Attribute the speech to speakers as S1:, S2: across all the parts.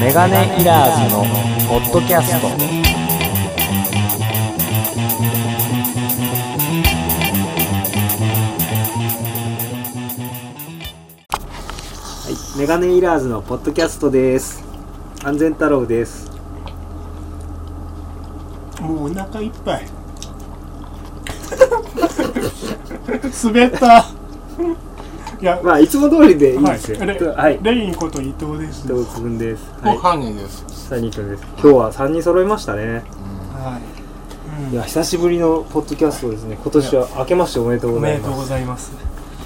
S1: メガネイラーズのポッドキャストはい、メガネイラーズのポッドキャストです安全太郎です
S2: もうお腹いっぱい 滑ったいや、
S1: まあいつも通りでいい
S2: は
S1: ですよ
S2: い、レ,、
S1: はい、
S2: レインこと伊藤です
S1: どうくんですはい
S3: もう犯人です。
S1: サニーくんです今日は三人揃いましたね
S2: はい、
S1: いや久しぶりのポッドキャストですね今年は明けましておめでとう
S2: うん、お
S1: ご
S2: め
S1: ざい
S2: でとう
S1: ま
S2: ご
S1: す
S2: ざいます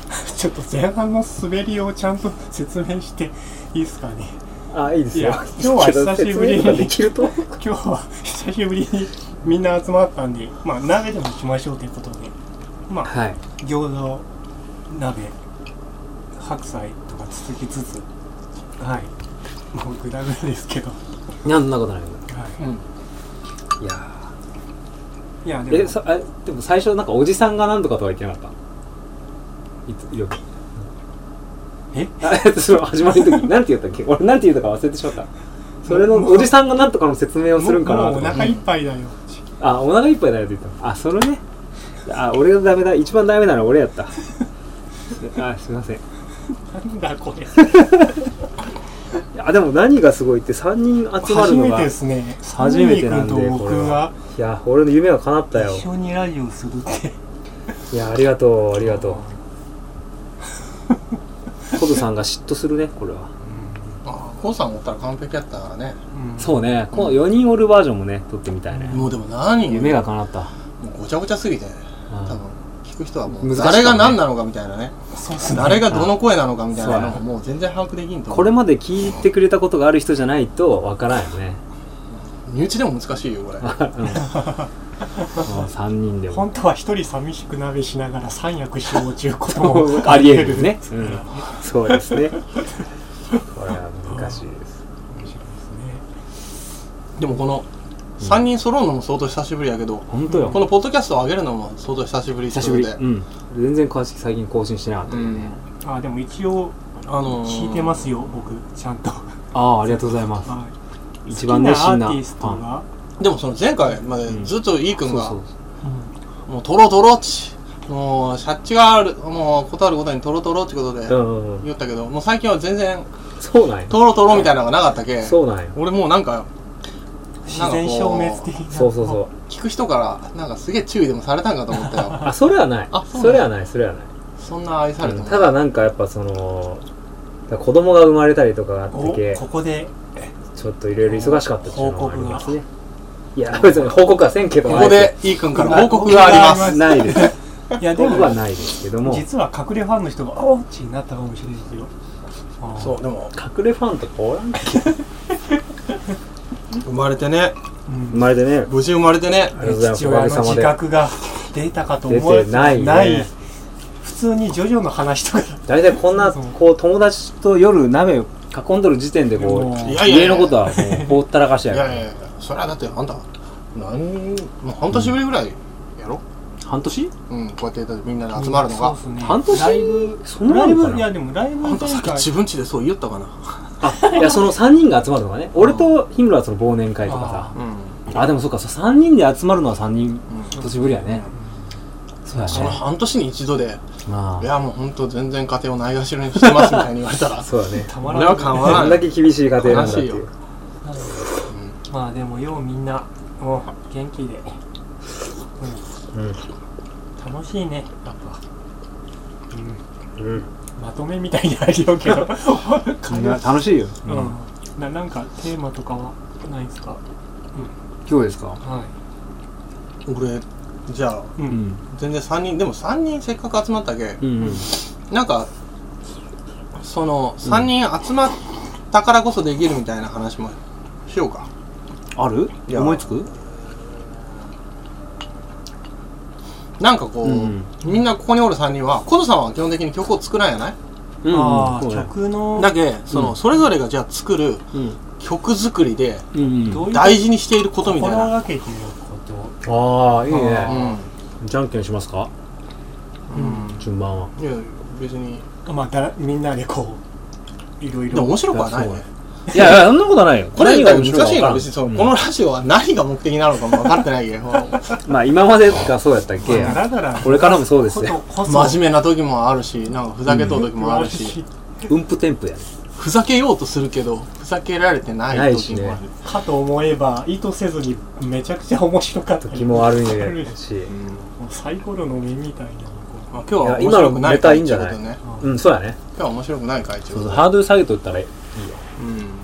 S2: ちょっと前半の滑りをちゃんと説明していいですかね
S1: あいいです
S2: い
S1: よ
S2: や今日は久しぶり
S1: けど説明
S2: に
S1: ができると
S2: 今日は久しぶりにみんな集まったんでまあ鍋でもしましょうということでまあ
S1: はい
S2: 餃子鍋白菜とか続きつつはいもうグダグダですけど
S1: なんなことない
S2: はい
S3: うん。
S1: いや
S2: いやでも
S1: えそあでも最初なんかおじさんがなんとかとは言ってなかったいつよく
S2: え
S1: あその始まりの時 なんて言ったっけ俺なんて言ったか忘れてしまったそれのおじさんがなんとかの説明をするんかな
S2: もう
S1: と
S2: お
S1: か
S2: 腹いっぱいだよ、
S1: あお腹いっぱいだよって言ったのあそれねあ俺がダメだ一番ダメなのは俺や ったあすいません
S2: なんだこれ
S1: あでも何がすごいって3人集まる
S2: 初
S1: の
S2: めて
S1: が
S2: で
S1: い
S2: すね
S1: 初めてなんで
S2: サニー君と
S1: これ
S2: 僕が
S1: はや俺の夢が叶ったよ
S2: 一緒にラジオするって
S1: いやありがとうありがとうコトさんが嫉妬するねこれは
S3: ああ、コウさんおったら完璧やったからね。
S2: うん
S1: そうね、この
S3: うん
S1: 4人おるバージョンもね撮ってみたいね、
S3: もうでも何人
S1: 夢が叶った、
S3: もうごちゃごちゃすぎて、多分聞く人はも
S1: 難
S3: う
S1: しかったね
S3: 誰が何なのかみたいなね。
S2: そうっすね
S3: 誰がどの声なのかみたいなの
S1: そ
S3: がもう全然把握できんと思う。
S1: これまで聞いてくれたことがある人じゃないとわからんよね、
S3: 身内でも難しいよ、これ。
S1: うん、3人でも
S2: 本当は一人寂しく鍋しながら三役使用中こと
S1: そう
S2: も
S1: ありえるね、うん、そうですねこれは難しいです
S3: でもこの、3人揃うのも相当久しぶりやけど、
S1: 本当よ
S3: このポッドキャストを上げるのも相当久しぶりって
S1: 久
S3: こ
S1: し
S3: と
S1: ぶり、
S3: で
S1: うん、全然詳しく最近更新してなかった
S3: う
S1: けどね、
S3: ん。
S2: あでも一応
S3: あのー
S2: 聞いてますよ僕ちゃんと
S1: ああありがとうございます
S2: はい
S1: 一番熱心な
S2: 好きアーティスト
S1: フ
S2: が
S3: でもその前回までずっとイー
S1: ァン
S3: 君が
S1: そう、
S3: もうトロトロっち、もうシャッチがある、もうことあることにトロトロってことで、
S1: そううんうんうん
S3: 言ったけど、もう最近は全然、
S1: そうなんや
S3: トロトロみたいなのがなかったけ、
S1: そうなんや
S3: 俺もうなんか、
S2: 自然消滅的な
S1: そうそうそう
S3: 聞く人から、なんかすげえ注意でもされたんかと思ったよ。
S1: あそれはない
S3: あそ
S1: そ
S3: うなんや
S1: れはないそれはない
S3: そんな愛されても。
S1: ただなんかやっぱそのだから子供が生まれたりとかがあって
S2: お
S1: け
S2: ここで
S1: ちょっといろいろ忙しかったっていうのもありますね
S2: 報
S1: いや別に報告はせんけど
S3: ここで、イー君から報告があります。
S1: ないです
S2: いやで
S1: 報
S2: も
S1: 告はないですけども
S2: 実は隠れファンの人が「おうち」になったかもしれないですよあー
S3: そう、でも、
S1: 隠れファンとかおらんけど
S3: 生まれてね、
S2: うん
S1: 生まれてね
S3: 無事生まれてね、
S1: ありがとうございます
S2: 父親
S1: おかげ
S2: の
S1: さまで
S2: 自覚が出たかと思われ
S1: 出てないね
S2: 普通にジョジョの話とか
S1: 大体こんなこう友達と夜鍋囲んどる時点でこ
S2: も
S1: う
S2: う
S3: いやいやいや
S1: 家のことはもうほったらかし
S3: い
S1: や
S3: やい
S1: か
S3: や
S1: ら
S3: いや、それはだってあんた、なん、もう半年ぶりぐらいやろ、
S1: 半年
S3: うん、こうやってだってみんなで集まるのが。
S2: そうっすね
S1: 半年
S2: ライブ
S1: そんな
S2: ライ
S1: のか
S2: ブい
S1: な
S2: やでもライブ
S3: あん
S2: 前
S3: たさっき
S2: 回
S3: 自分家でそう言ったかな。
S1: あいやその3人が集まるのがね俺と日村はその忘年会とかさ
S3: うん。
S1: あでもそうかそう3人で集まるのは3人
S3: うん
S1: 今年ぶりやねそうやね
S3: その半年に一度で、
S1: ま
S3: いやもう本当全然家庭をないがしろにしてますみたいに言われたら
S1: あ、そうだね
S2: たま
S3: 俺
S2: ら
S3: は変
S2: な
S3: わ
S1: あ
S3: ら
S1: んだ
S3: ない。
S1: け厳しい家庭なんだってい
S3: 悲しいうよ
S2: いまあでもようみんなもう元気で、う、
S1: うん
S2: 楽しいねやっぱ、
S1: ん、うん
S2: うん、まとめみたいになるよ うけど、
S1: いや楽しいよ、
S2: う
S1: うんん
S2: ななんかテーマとかはないですか
S1: 今日ですか
S2: は
S3: 俺、じゃあ、
S2: い、う
S1: うんん
S3: 全然3人、でも3人せっかく集まったけ、
S1: うんうん
S3: なんか、その、3人集まったからこそできるみたいな話もしようか。
S1: ある
S3: いや
S1: 思いつく
S3: なんかこう、
S1: うん
S3: みんなここにおる3人は、コトさんは基本的に曲を作らんやない
S1: うん
S2: ああ、
S1: そうね
S2: 曲の
S3: だけ、その、
S1: うん
S3: それぞれがじゃあ作る
S1: うん
S3: 曲作りで、
S1: うん
S2: どういう
S3: 大事にしていることみたい
S2: 心
S3: な。
S2: がけてるこ
S1: あ
S2: と
S1: あいい
S3: うん
S1: ね。じゃんけんしますか
S3: うん。
S1: 順番はい
S3: や、別に。
S2: まあだみんなでこういろい
S3: でも
S2: ろ
S3: 面白くはないね。
S1: いや、そんなことないよ。
S3: これ
S1: が
S3: 難しいの別にそう、こ
S1: の
S3: のラジオは何が目的なのかも分かってない けど
S1: まあ、今までがそうやったっけ
S2: だらだら
S1: これからもそうです
S2: こ
S1: ね
S2: とこそ
S3: 真面目な時もあるしなんかふざけとう時もあるし、
S1: うんぷてんぷやね。
S3: ふざけようとするけどふざけられてない時もあ
S1: ないし
S3: る、
S2: かと思えば意図せずにめちゃくちゃ面白かったり
S1: 時もあるんや
S2: し
S1: し。
S2: もうサイコロの目みたいな
S3: まあ、今日はい
S1: や今
S3: 面
S1: の
S3: 白くない
S1: ネタいいんじゃない
S3: 回ってことね
S2: こう
S1: うん、そうだね。
S3: 今日は面白くない会長
S1: そうそう、ハードル下げとったらいいよ。
S3: うん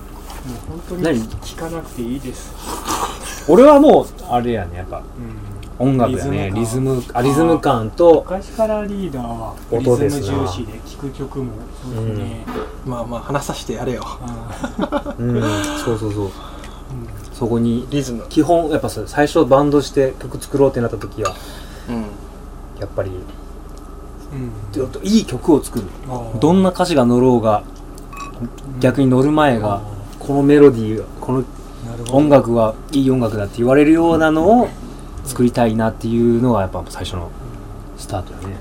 S2: もう本当に
S1: 何
S2: 聞かなくていいです、
S1: 俺はもう、あれやね、やっぱ、
S2: うん、
S1: 音楽やね。リ
S2: リ
S1: ズ
S2: ズ
S1: ム
S2: ム、
S1: あリズム感と、
S2: 昔からリーダーはリズ
S1: 音
S2: ム
S1: で
S2: 重
S1: すな
S2: 視で聴く曲も多いね、
S3: まあまあ話させてやれよ
S2: あ
S1: うん、そうそうそう。
S2: ーうん
S1: そこに、
S3: リズム
S1: 基本、やっぱそう最初バンドして曲作ろうってなった時は、
S3: うん
S1: やっぱり、
S2: うん
S1: ちょっといい曲を作る。
S2: あー
S1: どんな歌詞が乗ろうが、逆に乗る前が、このメロディーが、この
S2: なるほど
S1: 音楽はいい音楽だって言われるようなのを作りたいなっていうのがやっぱ最初のスタートだね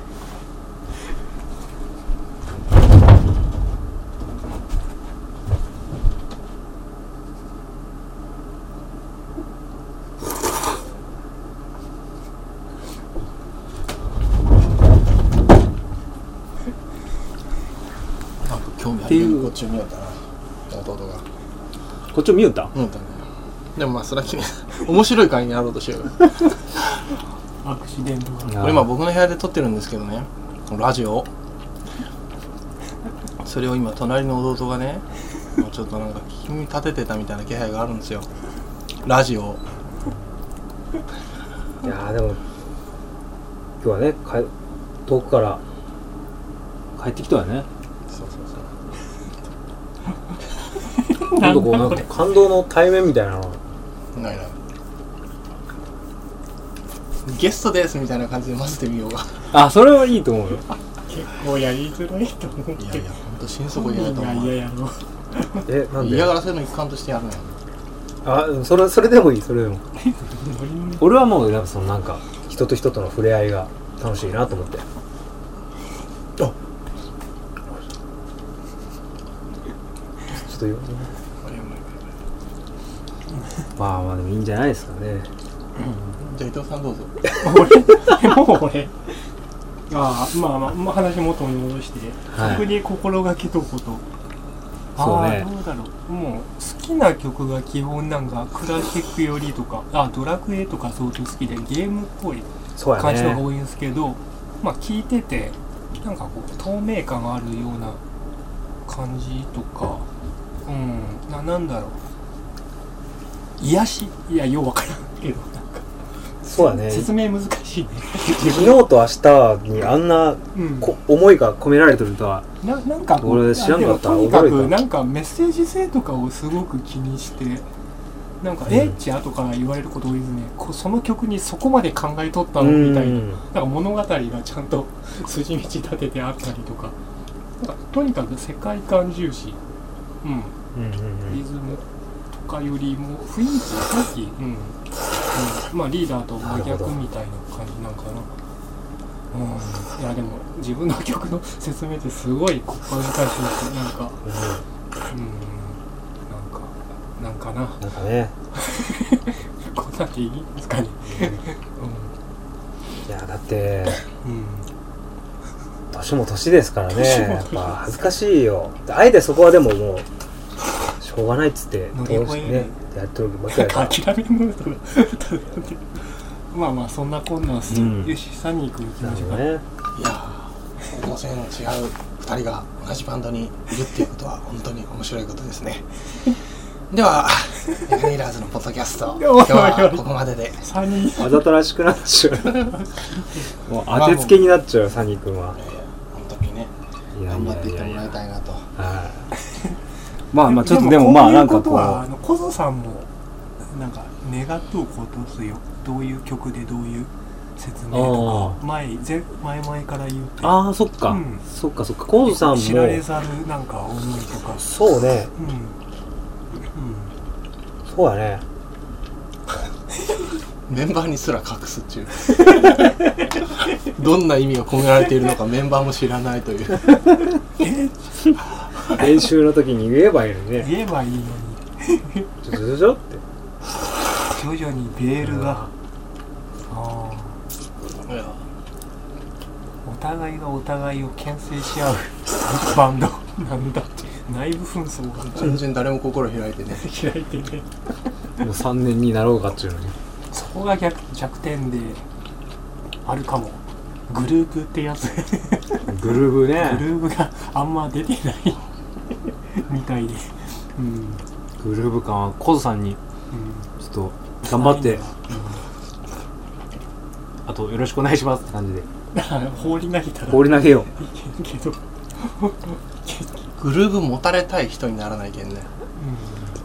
S3: なんか興味あ
S1: って
S3: る
S1: いう
S3: こっち見よったな弟が
S1: こっちを見よった
S3: 見よったねでもまあそれは気に 面白い会になろうとしようよ
S2: アクシデントが
S3: これ今僕の部屋で撮ってるんですけどねこのラジオをそれを今隣の弟がねもうちょっとなんか聞き耳立ててたみたいな気配があるんですよラジオを
S1: いやーでも今日はねかえ遠くから帰ってきたよね
S3: そうそうそう
S1: 今度こうなんか感動の対面みたいなの
S3: ないなゲストですみたいな感じで混ぜてみようが
S1: あそれはいいと思うよ
S2: 結構やりづらいと思う
S3: いや
S2: け
S3: い
S2: ど
S3: やほんと心底
S2: 本
S3: 嫌だ
S2: 人
S3: と
S2: が
S3: 思
S2: 嫌
S3: う
S2: やろ
S1: えなんで
S3: 嫌がらせの一環としてやるのよ
S1: あうんそれそれでもいいそれでも
S2: ノリノリ
S1: 俺はもうやっぱそのなんか人と人との触れ合いが楽しいなと思ってちょっとよまあまあでもいいんじゃないですかね
S3: じゃあ伊藤さんどうぞ
S2: 俺もう俺ああまあまあ、まあ、話元に戻して、
S1: はい
S2: 曲に心がけとうこと
S1: そうね
S2: ああどうだろうもう好きな曲が基本なんかクラシックよりとかあドラクエとか相当好きでゲームっぽい
S1: そうや
S2: 感じのが
S1: ね
S2: 多いんですけど、まあ聞いててなんかこう透明感があるような感じとかうんななんだろう癒しいやようわからんけどなんか
S1: そうやね
S2: 説明難しいね、
S1: 昨日と明日にあんな
S2: うん、
S1: こ思いが込められてるとは
S2: ななんかこう
S1: 俺知らんかった
S2: あでもと
S1: 驚
S2: にかく
S1: いた
S2: なんかメッセージ性とかをすごく気にしてなんか「えっ?」ち後から言われること多いですねこうその曲にそこまで考えとったのみたいな
S1: うん
S2: なんか物語がちゃんと筋道立ててあったりとかなんかとにかく世界観重視、う
S1: うんうん
S2: ん、リズムとかよりも雰囲気雰囲気、うんうんまあリーダーと真逆みたいな感じなんかなうん、いやでも自分の曲の説明ってすごいこっぱずかしいしなんか
S1: うん
S2: うんなんかなんかな
S1: なんかね
S2: こんなんでいいんですかね
S1: いやだって
S2: うん、うん
S1: 年も年ですからね
S2: 年も
S1: や
S2: 年
S1: っぱ恥ずかしいよあえてそこはでももうしょうがないっつって
S2: 乗り
S1: 通
S2: 越える
S1: してねやっとるわけ
S2: な
S1: やか
S2: ん
S1: ら
S2: か諦めムードが漂ってるまあまあそんなこんなんす、
S1: うん
S2: よしサニー君行き
S1: な
S2: ま
S1: る
S2: しょう
S1: ほ
S2: か
S1: どね
S3: いやー方向性の違う2人が同じバンドにいるっていうことは本当に面白いことです ねでは「エグニラーズ」のポッドキャス ト今日はここまでで
S2: サニー
S1: わざとらしくなっちゃう もう当てつけになっちゃうよサニー君は
S3: えー本当にね
S1: いや
S3: 頑
S1: い
S3: 張っ
S1: や
S3: てい
S1: い
S3: って
S1: や
S3: も
S1: い
S3: らい
S1: や
S3: たいなと
S1: はいまあまあちょっとでもまあなんか
S2: こういうことはあ
S1: こ
S2: のコゾさんもなんか願っとうことっすよどういう曲でどういう説明と
S1: あ
S2: か前前前々から言って
S1: うああそっか、
S2: うん
S1: そっかそっかコウズさんも
S2: 知られざるなんか思いとか
S1: そうね
S2: うんうん
S1: そうだ ね
S3: メンバーにすら隠すっていうどんな意味が込められているのかメンバーも知らないという
S2: え
S1: 練習の時に言えばいいのにね
S2: 言えばいいのに
S1: ちょちょちょちょって
S2: 徐々にベールが、あー
S3: いや
S2: お互いがお互いを牽制し合う バンドなんだって内部紛争が
S3: 全然誰も心開いてね
S2: 開いてね
S1: もう3年になろうかっちゅうのに
S2: そこが逆弱点であるかもグループってやつ
S1: グルーブ
S2: グ
S1: ね
S2: ルーブがあんま出てないみたいで、うんうん、
S1: グルーブ感はコズさんにちょっと頑張ってあとよろしくお願いしますって感じで
S2: ないんだ放り投げたら
S1: 放
S2: り
S1: り投げよ
S2: いけるけど、うん、
S3: グルーブ持たれたい人にならないけんね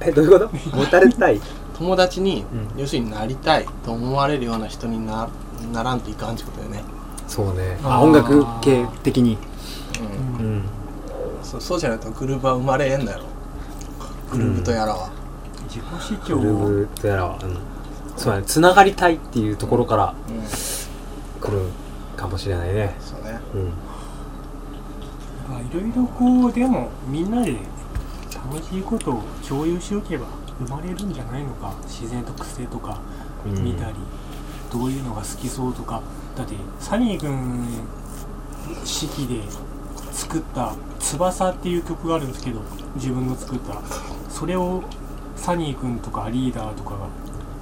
S1: うえどういうこと持たれたい
S3: 友達に、
S1: うん
S3: 要するになりたいと思われるような人になならんといかんってことよね、
S1: そうね
S2: あー
S1: 音楽系的に
S3: うん
S2: うん
S1: ん
S3: そそうじゃないとグルーブは生まれへんだよグルーブとやらは、
S2: 自己主
S1: グ
S2: 張
S1: ルー
S2: を
S1: ブとやらはうんそうだねつながりたいっていうところから
S3: うん
S1: 来るかもしれないね
S3: そうね
S1: うん
S2: まあいろいろこうでもみんなで楽しいことを共有しておけば生まれるんじゃないのか自然と癖とか
S1: うん
S2: 見たり、どういうのが好きそうとかだってサニー君式で作った「翼」っていう曲があるんですけど自分の作ったそれをサニー君とかリーダーとかが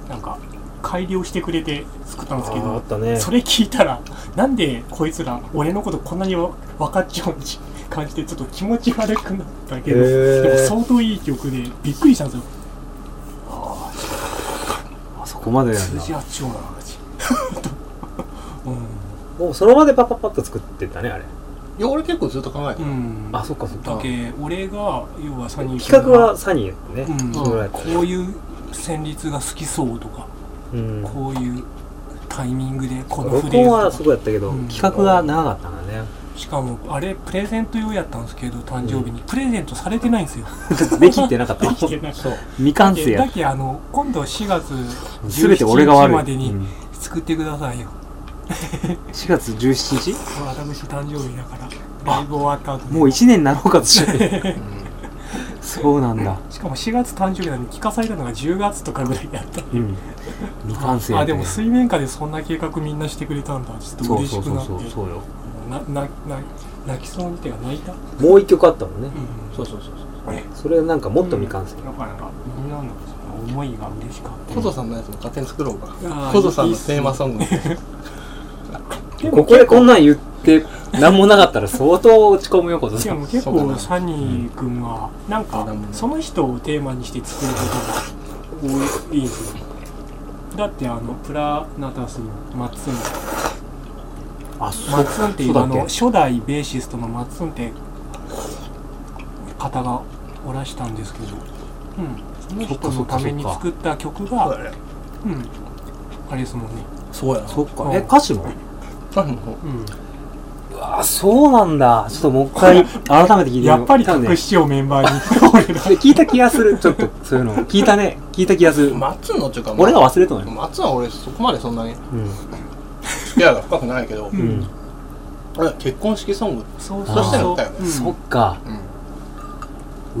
S2: なんか改良してくれて作ったんですけ
S1: あーあ
S2: ど
S1: ったね
S2: それ聞いたらなんでこいつら俺のことこんなにわ分かっちゃう感じでちょっと気持ち悪くなったけど、
S1: へー
S2: でも相当いい曲でびっくりしたんですよ
S1: あそこまでなん
S2: 通
S1: だ
S2: じ合っちゃうな味
S1: もうその場でパッパッパッと作ってったねあれ
S3: いや俺結構ずっと考えて
S2: う
S3: る、
S2: ん、うん、
S1: あそっかそっか
S2: だけ俺が要はサニー
S1: 企画はサニーや
S2: う
S1: ね
S2: ん、
S1: そうだね
S2: こういう旋律が好きそうとか、
S1: うん
S2: こういうタイミングでこのフ
S1: 録
S2: レ
S1: 音は
S2: ー
S1: す
S2: ズと
S1: ごいやったけど
S2: うん
S1: 企画が長かったからね
S2: かしかもあれプレゼント用やったんですけど誕生日に、プレゼントされてないんですよ
S1: できてなか った
S2: できてない
S1: そう未完成
S2: で
S1: や
S2: だ
S1: っ
S2: けあの今度4月
S1: た全て俺が
S2: 17
S1: 悪
S2: 日
S1: い
S2: までに
S1: うん
S2: 作ってくださいよ、
S1: 4月17日
S2: 私誕生日だからライブ終わった後に
S1: もう1年になろうかと してるそうなんだ
S2: しかも4月誕生日なのに聞かされたのが10月とかぐらいだった
S1: うん未完成や
S2: あ
S1: った
S2: で
S1: ね
S2: も水面下でそんな計画みんなしてくれたんだちょっと
S1: そう
S2: 嬉
S1: そ
S2: し
S1: う
S2: く
S1: そう
S2: なって
S1: そうそうよ
S2: ななな泣きそうにてか泣いた、うん、
S1: もう一曲あったもんね
S3: そうそうそうそう
S1: それなんかもっと未完成
S2: だからなんかみんなのその思いが嬉しかった
S3: コゾさんのやつも勝手に作ろうか
S2: あー
S3: コゾさんのテーマ ソング
S2: でも
S1: ここでこんなん言って何もなかったら相当落ち込むよこと
S2: でも結
S3: そうか
S2: 構
S3: な
S2: サニー君はなんかその人をテーマにして作ることが多いですよだってあのプラナタスのマッツン
S1: あそ
S2: マッツンってい
S1: そう
S2: う
S1: だ
S2: あ
S1: っ
S2: の
S1: け
S2: 初代ベーシストのマッツンって方がおらしたんですけど、うん、そ
S1: そ
S2: の
S1: っか
S2: 人
S1: そ
S2: の
S1: っか
S2: ために作った曲がうん、あれですもんね、
S3: そうやな
S1: そっか
S2: うん
S1: え歌詞も
S3: あも
S2: うん、
S1: あそうなんだちょっともう一回改めて聞いてみよう
S2: やっぱり
S1: 多分ね
S2: 特視をメンバーに俺ら
S1: 聞いた気がするちょっとそういうの聞いたね聞いた気がす
S3: う
S1: る
S3: 松のっていうか
S1: 俺が忘れたのよ
S3: 松は俺そこまでそんなに
S1: うん
S3: 付き合いが深くないけど
S2: う、ん
S1: うん
S3: 俺結婚式ソング
S2: そう
S1: そしたら
S3: だよね
S2: うん
S1: そっか
S3: うん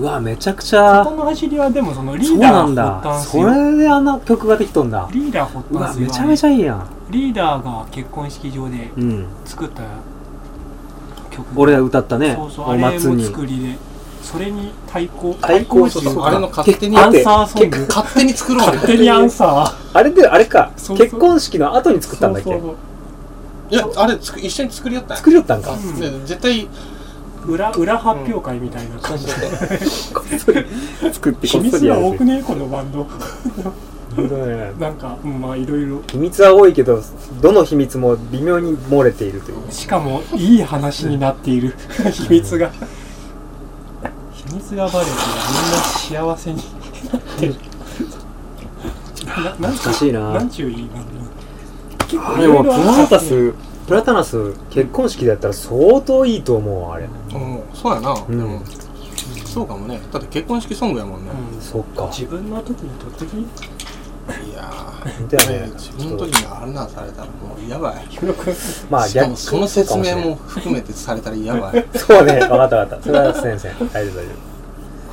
S1: うわめちゃくち
S2: こ
S1: ゃ
S2: の走りはでもそのリ
S1: そう
S2: ー
S1: な
S2: ダー掘
S1: ん
S2: っ
S1: だ
S2: たんす
S1: そ
S2: よ
S1: れであんな曲ができとんだ
S2: リーダー掘っ
S1: う
S2: た
S1: わ
S2: んすよ
S1: めちゃめちゃいいやん
S2: リーダーが結婚式場で
S1: うん
S2: 作った曲
S1: 俺が歌ったね
S2: そうそうあ
S1: お
S2: れも
S1: 祭りに
S2: 作りでそれに対抗
S1: 対抗して
S3: そうそう
S1: か
S3: あれの勝手に
S2: アンサーソン
S1: 結
S2: グ
S3: 勝手に作ろう
S2: 勝手
S3: ね
S2: にアンサ
S1: あれであれか
S2: そうそう
S1: 結婚式の後に
S2: ー
S1: 作ったんだっけ
S2: そうそう
S3: いやあれつく一緒に作りよったんや
S1: 作りよったんか
S3: あ
S2: うん
S3: で絶対
S2: そう裏裏発表会みたいな感じで、
S1: こっそり作って
S2: 秘
S1: こっそ
S2: 密
S1: りや
S2: が
S1: る
S2: 多くねこのバンド
S1: 本当だね
S2: なんか、うんまあいろいろ
S1: 秘密は多いけどどの秘密も微妙に漏れているという
S2: しかもいい話になっている秘密が秘密がバレてみんな幸せになってるななん
S1: 難しいな
S2: なんちゅういいバンドなの
S1: でもプラタ
S2: うん
S1: スプラタナス結婚式でやったら相当いいと思うわあれ
S3: うんそうやなで
S1: ん
S3: もそうかもねだって結婚式ソングやもんね
S1: そっか
S2: 自分の時にとってき
S3: いや
S1: 見
S3: ー、
S1: たよね
S3: 自分の時にあんなんされたらもうやばい。
S2: ヒロ君
S1: まあ
S3: しか
S1: 逆
S3: もその説明
S1: か
S3: も
S1: し
S3: 含めてされたらやばい。
S1: れないそうね分かった分かったそれは先生大丈夫大丈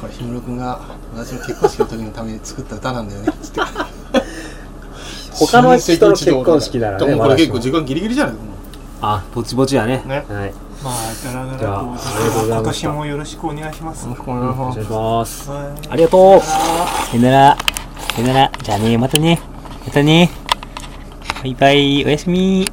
S3: これ、氷室くんが私の結婚式の時のために作った歌なんだよね。つって
S1: 夫他の人の結婚式ならね
S3: でもこれ結構
S1: まだし
S3: 時
S1: も
S3: 間ギリギリじゃない
S1: あぼちぼちだね
S3: ね
S1: はい
S2: まあだらだ
S1: じゃ
S2: ら
S1: あ
S2: と
S1: ありがとうござ い
S2: 今
S1: まし
S2: 年
S1: た
S2: もよろしくお願いします。
S3: こ
S2: は
S3: の
S1: お願いします
S2: い
S1: ありがとう
S4: さよなら。さよなら。じゃあね、またね。またね。バイバイ。おやすみ。